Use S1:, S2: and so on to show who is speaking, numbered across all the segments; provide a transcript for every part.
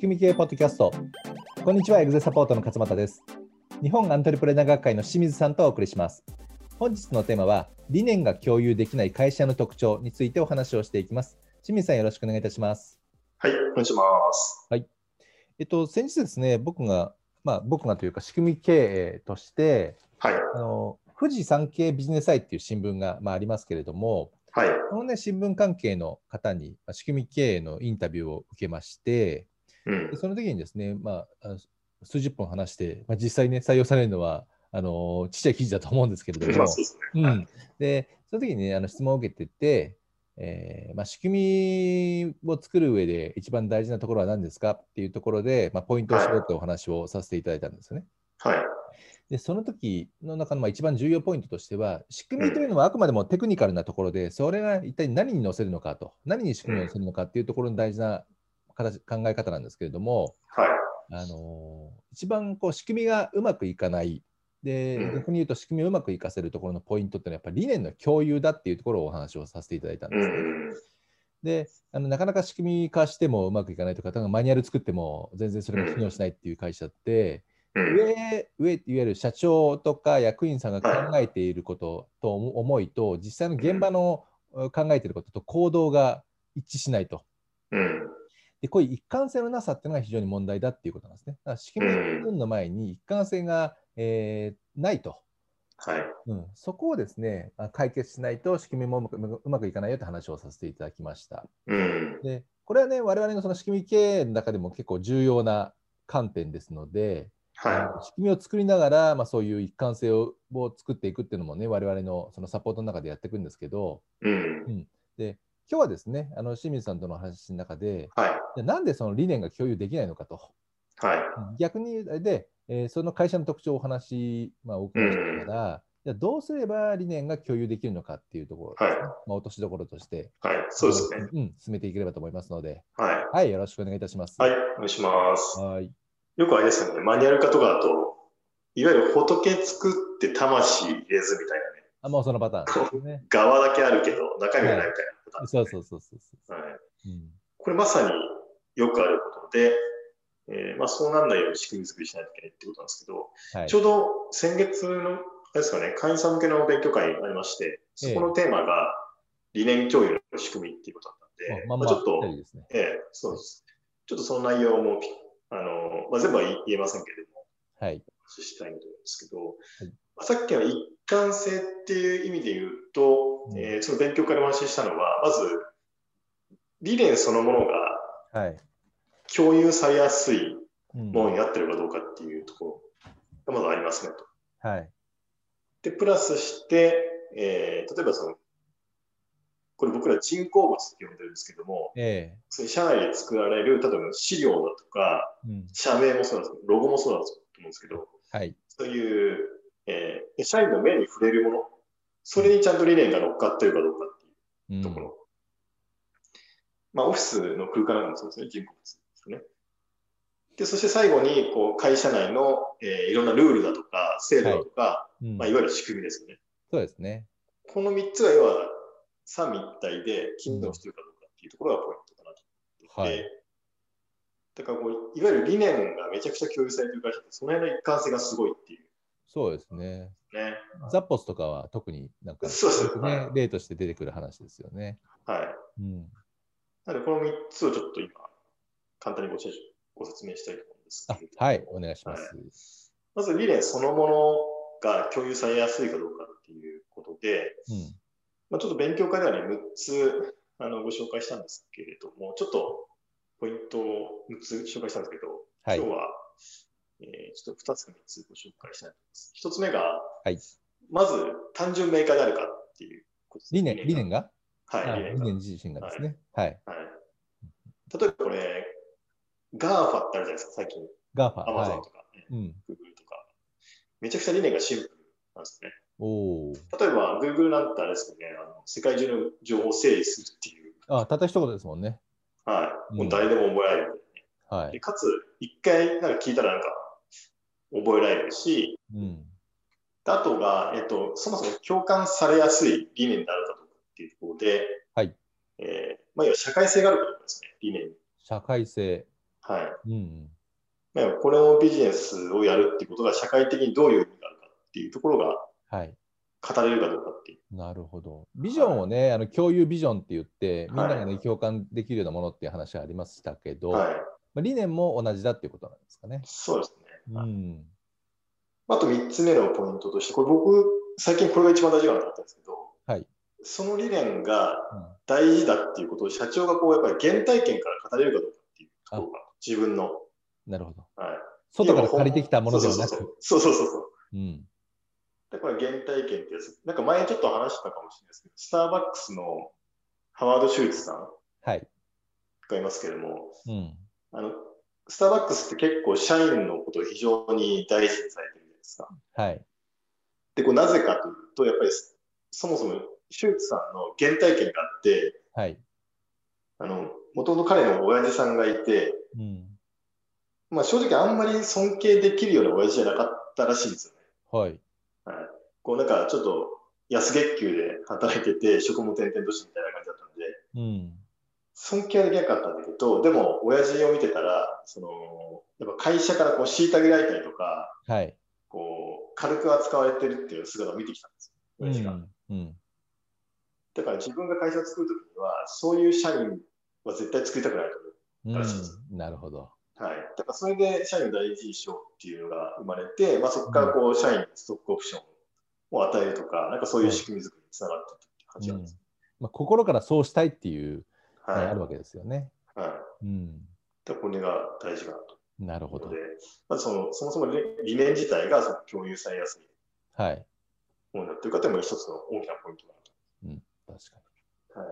S1: 組み系ポッドキャストこんにちはエグゼサポートの勝俣です日本アントレプレナー学会の清水さんとお送りします本日のテーマは理念が共有できない会社の特徴についてお話をしていきます清水さんよろしくお願いいたします
S2: はい、お願いします。
S1: えっと先日ですね僕がまあ僕がというか仕組み経営として
S2: はい、
S1: あの富士産経ビジネスアイっていう新聞が、まあ、ありますけれども、
S2: はい、
S1: このね、新聞関係の方に、まあ仕組み経営のインタビューを受けまして、
S2: うん
S1: で、その時にですね、まあ、あ数十本話して、まあ、実際ね、採用されるのは、あのーちっちゃい記事だと思うんですけれど
S2: ま
S1: も
S2: あ、そうですね。
S1: うん、で、その時にね、あの質問を受けてて、えーまあ、仕組みを作る上で一番大事なところは何ですかっていうところで、まあ、ポイントを絞ってお話をさせていただいたんですよね。
S2: はい、
S1: で、その時の中のまあ一番重要ポイントとしては、仕組みというのはあくまでもテクニカルなところで、それが一体何に載せるのかと、何に仕組みを載せるのかっていうところの大事な形考え方なんですけれども、
S2: はい、
S1: あのー一番こう仕組みがうまくいかない、で
S2: うん
S1: 逆に言うと仕組みをうまくいかせるところのポイントっていうのは、やっぱり理念の共有だっていうところをお話をさせていただいたん
S2: う
S1: ですね。
S2: ん、うん
S1: であのなかなか仕組み化してもうまくいかないとか、例えばマニュアル作っても全然それが機能しないっていう会社って、
S2: うん、
S1: 上上いわゆる社長とか役員さんが考えていることと思思いと、実際の現場のえー考えていることと行動が一致しないと。
S2: うん、
S1: でこういう一貫性のなさっていうのが非常に問題だっていうことなんですね。だから仕組み
S2: うん
S1: 運の前に一貫性が、えーないと、
S2: はい、
S1: うん。そこをですね、あ解決しないと仕組みもうまくうまくいかないよって話をさせていただきました。
S2: うん、
S1: でこれはね、我々のその仕組み経営の中でも結構重要な観点ですので、
S2: は
S1: 仕組みを作りながら、まあ、そういう一貫性をを作っていくっていうのもね、我々のそのサポートの中でやっていくんですけど、
S2: い、うん、
S1: で今日はですね、あの清水さんとの話の中で、
S2: はい、
S1: じゃあなんでその理念が共有できないのかと、
S2: はい、
S1: 逆にで、えーその会社の特徴をお話、まあ、お伺いしながら、じゃあどうすれば理念が共有できるのかっていうところですね、
S2: はい
S1: まあ、落としどころとして、
S2: はい、そうですね。
S1: うん、進めていければと思いますので、
S2: は
S1: はい、よろしくお願いいたします。
S2: い、はい、お願いします。
S1: はい
S2: よくあれですよね、マニュアル化とかだと、いわゆる仏作って魂入れずみたい
S1: あもうそのパターンですね。
S2: なね、側だけあるけど、中身がないみたいなこと
S1: そうそうそうそうそ
S2: はい、
S1: う。うん
S2: これまさによくあることで、えーまあ、そうならないように仕組み作りしないといけないってことなんですけど、
S1: はい
S2: ちょうど先月の、あれですかね、会員さん向けの勉強会がありまして、そこのテーマが理念共有の仕組みっていうことだったんで、
S1: まあ
S2: ま
S1: ま
S2: あ
S1: あ、
S2: ちょっと
S1: ぴた、りですね。
S2: ええそうです。ちょっとその内容も、あの、まあ、全部は言言えませんけれども、
S1: はい。
S2: お話ししたいと思うんですけど、
S1: い
S2: まあ、さっきの一貫性っていう意味で言うと、
S1: うん
S2: えーその勉強会でお話ししたのは、まず、理念そのものが
S1: はい。
S2: 共有されやすい
S1: うん
S2: ものになってるかどうかっていうところがまずありますねと。
S1: はい。
S2: で、プラスして、えー例えばその、これ僕ら人工物って呼んでるんですけども、
S1: え
S2: それ社内で作られる、例えば資料だとか、
S1: えうん。
S2: 社名もそうなんですけど、ロゴもそうなんですと思うんですけど、
S1: はい。
S2: そういう、えー社員の目に触れるもの、それにちゃんと理念が乗っかってるかどうかって
S1: うん
S2: いうところ。まあ、オフィスの空間なんかもそうですね、人工物ですね。で、そして最後に、こう、会社内の、えーいろんなルールだとか、制度だとか、
S1: うん
S2: まあ、いわゆる仕組みですよね。
S1: そうですね。
S2: この3つが要は三位一体で機能してるかどうかっていうところがポイントかなと思
S1: は
S2: って
S1: い
S2: いて、。だからこういわゆる理念がめちゃくちゃ共有されてる会社ってその辺の一貫性がすごいっていう
S1: そうですね。
S2: ね。
S1: ザッポスとかは特になんか、
S2: そうですね
S1: よくね。例として出てくる話ですよね。
S2: はい。
S1: うん。
S2: なのでこの3つをちょっと今簡単にご説ご説明したいと思うんです
S1: あ
S2: けれど、も
S1: はい。お願いします。
S2: まず理念そのものが共有されやすいかどうかっていうことで、
S1: うん。
S2: まあ、ちょっと勉強会ではね、6つあのご紹介したんですけれども、ちょっとポイントを6つ紹介したんですけど、
S1: はい
S2: 今。日は、えーちょっと2つか3つご紹介したいと思います。1つ目が、
S1: はい
S2: まず単純明快であるかっていうことです
S1: 理
S2: ね
S1: 念、理念が
S2: はい、
S1: あ
S2: 理念
S1: 理
S2: が
S1: 念自身がですね。はい。
S2: はい。例えばこれ、GAFA ってあるじゃないですか、最近。
S1: ガーファ。は
S2: Amazon
S1: い
S2: とか、ね。
S1: うん。
S2: Google とか。めちゃくちゃ理念がシンプルなんですね。
S1: おお。
S2: 例えば、Google なんてあれですよね、あの世界中の情報を整理するっていう、
S1: あ、たった一言ですもんね。
S2: はい、もううん誰でも覚えられる。
S1: は
S2: で
S1: い。
S2: かつ、一回なんか聞いたらなんか覚えられるし、
S1: うん。
S2: あとが、えっと、そもそも共感されやすい理念であるかどうかっていうところで、
S1: はい
S2: えーまあ、要は社会性があるかどうかですね、理念に。
S1: 社会性。
S2: はい。
S1: うん
S2: まあこれのビジネスをやるってことが社会的にどういう意味があるかっていうところが
S1: はい、
S2: 語れるかどうかっていう。
S1: なるほど。ビジョンをね、あの共有ビジョンって言って、みんながね、
S2: はい
S1: 共感できるようなものっていう話ありましたけど、
S2: はい。
S1: まあ、理念も同じだっていうことなんですかね。
S2: そうですね。
S1: う
S2: はい
S1: ん、
S2: あと3つ目のポイントとして、これ僕、最近これが一番大事かなと思ったんですけど、
S1: はい
S2: その理念が
S1: うん
S2: 大事だっていうことを社長がこう、やっぱり原体験から語れるかどうかっていうところが、自分の。
S1: なるほど。
S2: はい。
S1: 外から借りてきたものではな
S2: そう
S1: く。
S2: そうそうそうそうそうそう。
S1: うん
S2: だから原体験ってやつ。なんか前ちょっと話したかもしれないですけど、スターバックスのハワード・シューツさん
S1: はい。
S2: がいますけれども、
S1: うん。
S2: あの、スターバックスって結構社員のことを非常に大事にされてるじゃないですか。
S1: はい。
S2: で、これなぜかというと、やっぱりそもそもシューツさんの原体験があって、
S1: はい。
S2: あの、もともと彼の親父さんがいて、
S1: うん。
S2: まあ正直あんまり尊敬できるような親父じゃなかったらしいんですよね。
S1: はい。
S2: こうなんかちょっと安月給で働いてて、職務転々としてみたいな感じだったんで、
S1: うん。
S2: 尊敬はできなかったんだけど、でも親父を見てたら、その、やっぱ会社からこう虐げられたりとか、
S1: はい。
S2: こう、軽く扱われてるっていう姿を見てきたんですよ。
S1: う
S2: 親父が。
S1: ん。うん。
S2: だから自分が会社を作るときには、そういう社員は絶対作りたくないと
S1: う
S2: らしいです
S1: ん、なるほど。
S2: 思う。はい。だからそれで社員を大事にしようっていうのが生まれて、まあ、そこからこう、社員にストックオプションを与えるとか、なんかそういう仕組み作りにつながってったっていう感じなんです。
S1: まあ、心からそうしたいっていう、ね
S2: は
S1: あ
S2: い。
S1: る
S2: はい。
S1: わけですよね。
S2: だか
S1: うん。
S2: らこれが大事かなと。
S1: なるほ
S2: という
S1: ど
S2: こと。で、まずそのそもそも理理念自体がその共有されやすい
S1: はい。
S2: ものだというか、でも一つの大きなポイントだ
S1: 確か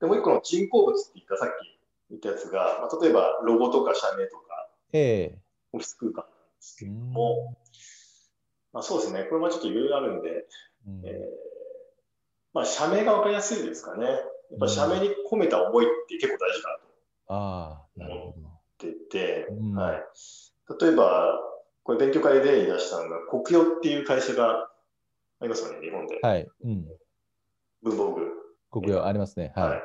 S2: と。で、もう一個の人工物って言ったさっき言ったやつが、まあ、例えばロゴとか社名とか
S1: に。え
S2: オフィス空間なんです
S1: え
S2: けども、まあ、そうですね、これもちょっといろいろあるんで、
S1: うん
S2: えーまあ、社名が分かりやすいですかね。やっぱ社名に込めた思いって結構大事かなと
S1: ああ、なるほど。
S2: 思ってて、
S1: うん
S2: はい、例えば、これ勉強会で例に出したのが、国用っていう会社がありますよね、日本で。
S1: はい。うん。
S2: 文房具。
S1: 国用ありますね。
S2: は。
S1: はい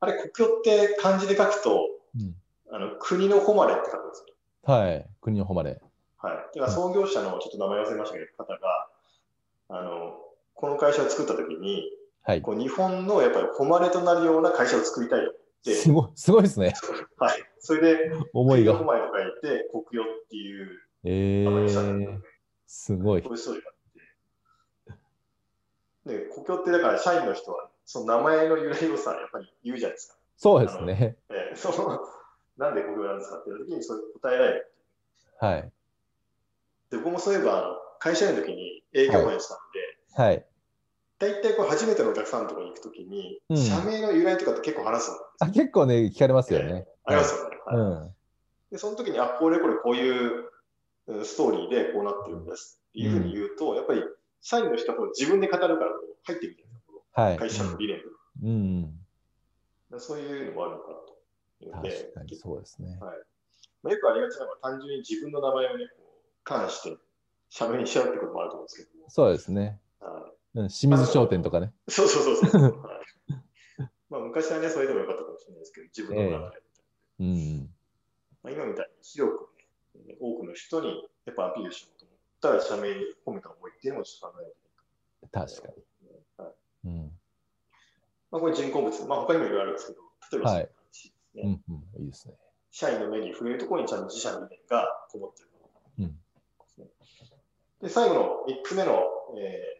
S2: あれ、国境って漢字で書くと、
S1: い。うん、
S2: あの国の誉れって書くんですよ。
S1: はい。国の誉れ。
S2: はい。だから創業者の、ちょっと名前忘れましたけど、方が、あの、この会社を作ったときに、
S1: はい。
S2: こう日本のやっぱり誉れとなるような会社を作りたいよって、
S1: すごい、すごいですね。
S2: はい。それで、
S1: 思い
S2: 国の
S1: が。
S2: 誉れを書いて、国境っていう
S1: ええ
S2: 名前にしたんですよ
S1: ー、すごい
S2: こ。ういうストーリーがあって。で、国境ってだから社員の人は、その名前の由来をさ、やっぱり言うじゃないですか。
S1: そうですね。
S2: えーその、なんで国境なんですかっていうときに、それ答えられる。
S1: はい。
S2: で、僕もそういえば、あの会社員の時に営業マンしたん
S1: はい。
S2: で、大体こう初めてのお客さんのところに行くときに、
S1: うん
S2: 社名の由来とかって結構話すの。
S1: あ、結構ね、聞かれますよね。
S2: ありますよね。
S1: う
S2: はい
S1: ん。
S2: で、その時に、あ、これこれこういううんストーリーでこうなってるんですっていうふうに言うと、やっぱり社員の人はこう自分で語るからこう入ってみてるんですよこ
S1: は
S2: の
S1: い。
S2: 会社の理念とか
S1: うん。
S2: でそういうのもあるのかなという
S1: 確
S2: ので。
S1: かにそうですね。
S2: まあよくありがちなのは単純に自分の名前をね、こう関して社名にしちゃうってこともあると思うんですけども。
S1: そうですね。
S2: はい
S1: うん、清水商店とかね。
S2: そうそうそうそう。 はいまあ、昔はね、それでもよかったかもしれないですけど、自分の中で。
S1: うん。
S2: まあ、今みたいに広くね、多くの人にやっぱアピールしようと思ったら、社名に込めた思いっていうのもちょっと考えて
S1: 確かに。うん。
S2: まあ、これ人工物、まあ、他にもいろいろあるんですけど、例えば、
S1: はい
S2: ね
S1: うん、うん。いいですね。
S2: 社員の目に触れるところにちゃんと自社の面がこもってる。
S1: うん
S2: で、最後の3つ目の、え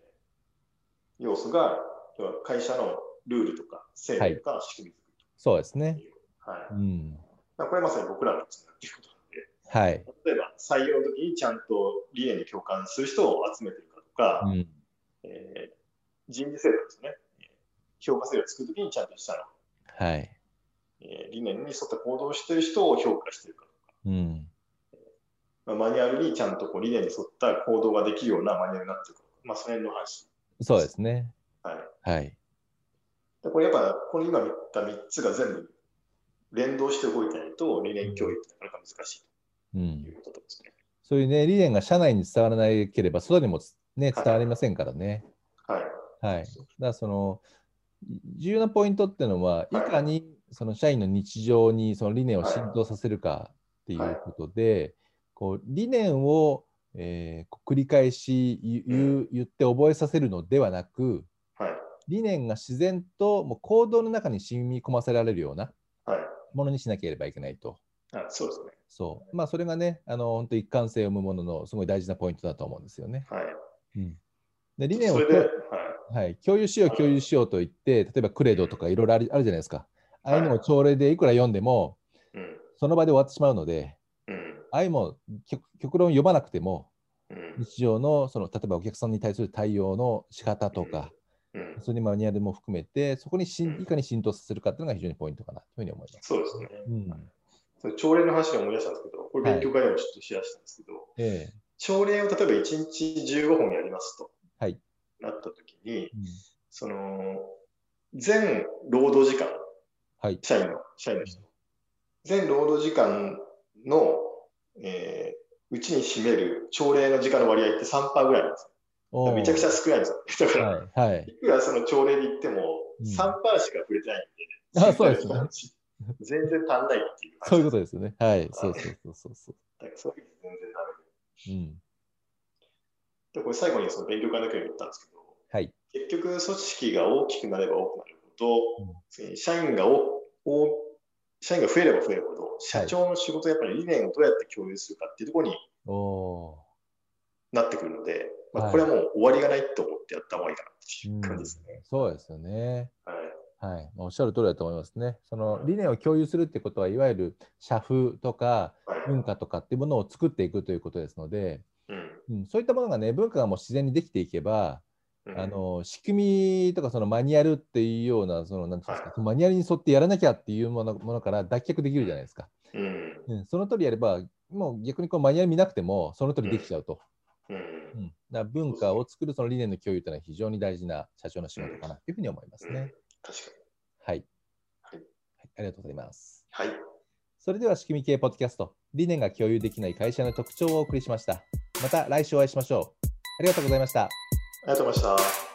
S2: ー要素が、要は会社のルールとか制度とか仕組み作
S1: そうです
S2: り
S1: ね
S2: っ。ていう。は
S1: う
S2: い
S1: ん。
S2: まあ、これはまさに僕らのつなっていうことなんで、
S1: はい。
S2: 例えば採用の時にちゃんと理念に共感する人を集めてるかとか、
S1: うん。
S2: えー人事制度ですね。評価制度を作るときにちゃんとしたら、
S1: はい。
S2: えー理念に沿った行動をしてる人を評価してるか
S1: うん。
S2: とか、まあ、マニュアルにちゃんとこう理念に沿った行動ができるようなマニュアルになってるかとか、まあ、その辺の話。
S1: そうですね。
S2: はい
S1: はい。
S2: でこれやっぱ、この今言った3つが全部連動して動いてないと理念共有ってなかなか難しい
S1: うん。
S2: ということですね。
S1: そういうね、理念が社内に伝わらなければ、外にもつね、伝わりませんからね。
S2: はい。
S1: はい。だから、その、重要なポイントっていうのは、い
S2: はい
S1: かにその社員の日常にその理念を浸透させるかっていうことで、こう理念を、えーこう繰り返し言う
S2: う
S1: 言って覚えさせるのではなく
S2: はい。
S1: 理念が自然ともう行動の中に染み込ませられるような
S2: はい。
S1: ものにしなければいけないと。
S2: あそうですね。
S1: そうまあ、それがね、あの本当、一貫性を生むもののすごい大事なポイントだと思うんですよね。
S2: はい。
S1: で理念
S2: そ
S1: を
S2: れで、はい。
S1: はい、共有しよう、共有しようと言って、例えばクレドとかいろいろあるあるじゃないですか。ああいうのを朝礼でいくら読んでも、
S2: うん。
S1: その場で終わってしまうので、
S2: うん。
S1: ああいうも極極論読まなくても、
S2: うん。
S1: 日常のその例えばお客さんに対する対応の仕方とか、
S2: うん。
S1: それにマニュアルも含めて、そこにし
S2: うんん
S1: いかに浸透させるかっていうのが非常にポイントかなというふうに思います。
S2: そうですね。
S1: うん
S2: その朝礼の話で思い出したんですけど、これ勉強会でもちょっとシェアしたんですけど、
S1: ええ
S2: 朝礼を例えば1日15本やりますと、
S1: はい
S2: なった時に、
S1: うん
S2: その、全労働時間、
S1: はい
S2: 社員の、社員の人、全労働時間の、えーうちに占める朝礼の時間の割合って3%ぐらいなんです
S1: お
S2: よ。
S1: ー
S2: めちゃくちゃ少ないんですよ。 だから、
S1: はい、はい
S2: い、くらその朝礼に行っても
S1: うん
S2: 3%しか触れてないんで、
S1: あそうですね
S2: 全然足んないっていう。
S1: そういうこと
S2: で
S1: ですよね。はい、そうそうそうそうそ
S2: す。だからそういう意味で全然ダメで。
S1: う。うん、
S2: で、これ最後にその勉強会の件も言ったんですけど、
S1: はい、
S2: 結局組織が大きくなれば大きくなるほど、
S1: うん
S2: 次に社員がおお社員が増えれば増えるほど、社長の仕事はやっぱり理念をどうやって共有するかっていうところに
S1: おお
S2: なってくるので、ま
S1: は
S2: あ、
S1: い
S2: これはもう終わりがないと思ってやった方がいいかなっていう感じです
S1: ー
S2: ね。
S1: そうですよね。
S2: はい。
S1: はい、まあおっしゃる通りだと思いますね。その理念を共有するってことは、いわゆる社風とか
S2: はい。
S1: 文化とかっていうものを作っていくということですので、
S2: うん。
S1: うん、そういったものがね、文化がもう自然にできていけば、
S2: うん
S1: あ、の仕組みとかそのマニュアルっていうような、そのなんていうんですか、
S2: はい
S1: そのマニュアルに沿ってやらなきゃっていうものものから脱却できるじゃないですか。
S2: うん。
S1: うん、その通りやれば、もう逆にこうマニュアル見なくても、その通りできちゃうと。
S2: うん。
S1: うんだから文化を作るその理念の共有というのは非常に大事な社長の仕事かなというふうに思います
S2: うん
S1: ね。
S2: 確かに。
S1: はい。
S2: はい
S1: ありがとうございます。
S2: はい。
S1: それでは仕組み系ポッドキャスト理念が共有できない会社の特徴をお送りしましたまた来週お会いしましょうありがとうございました
S2: ありがとうございました。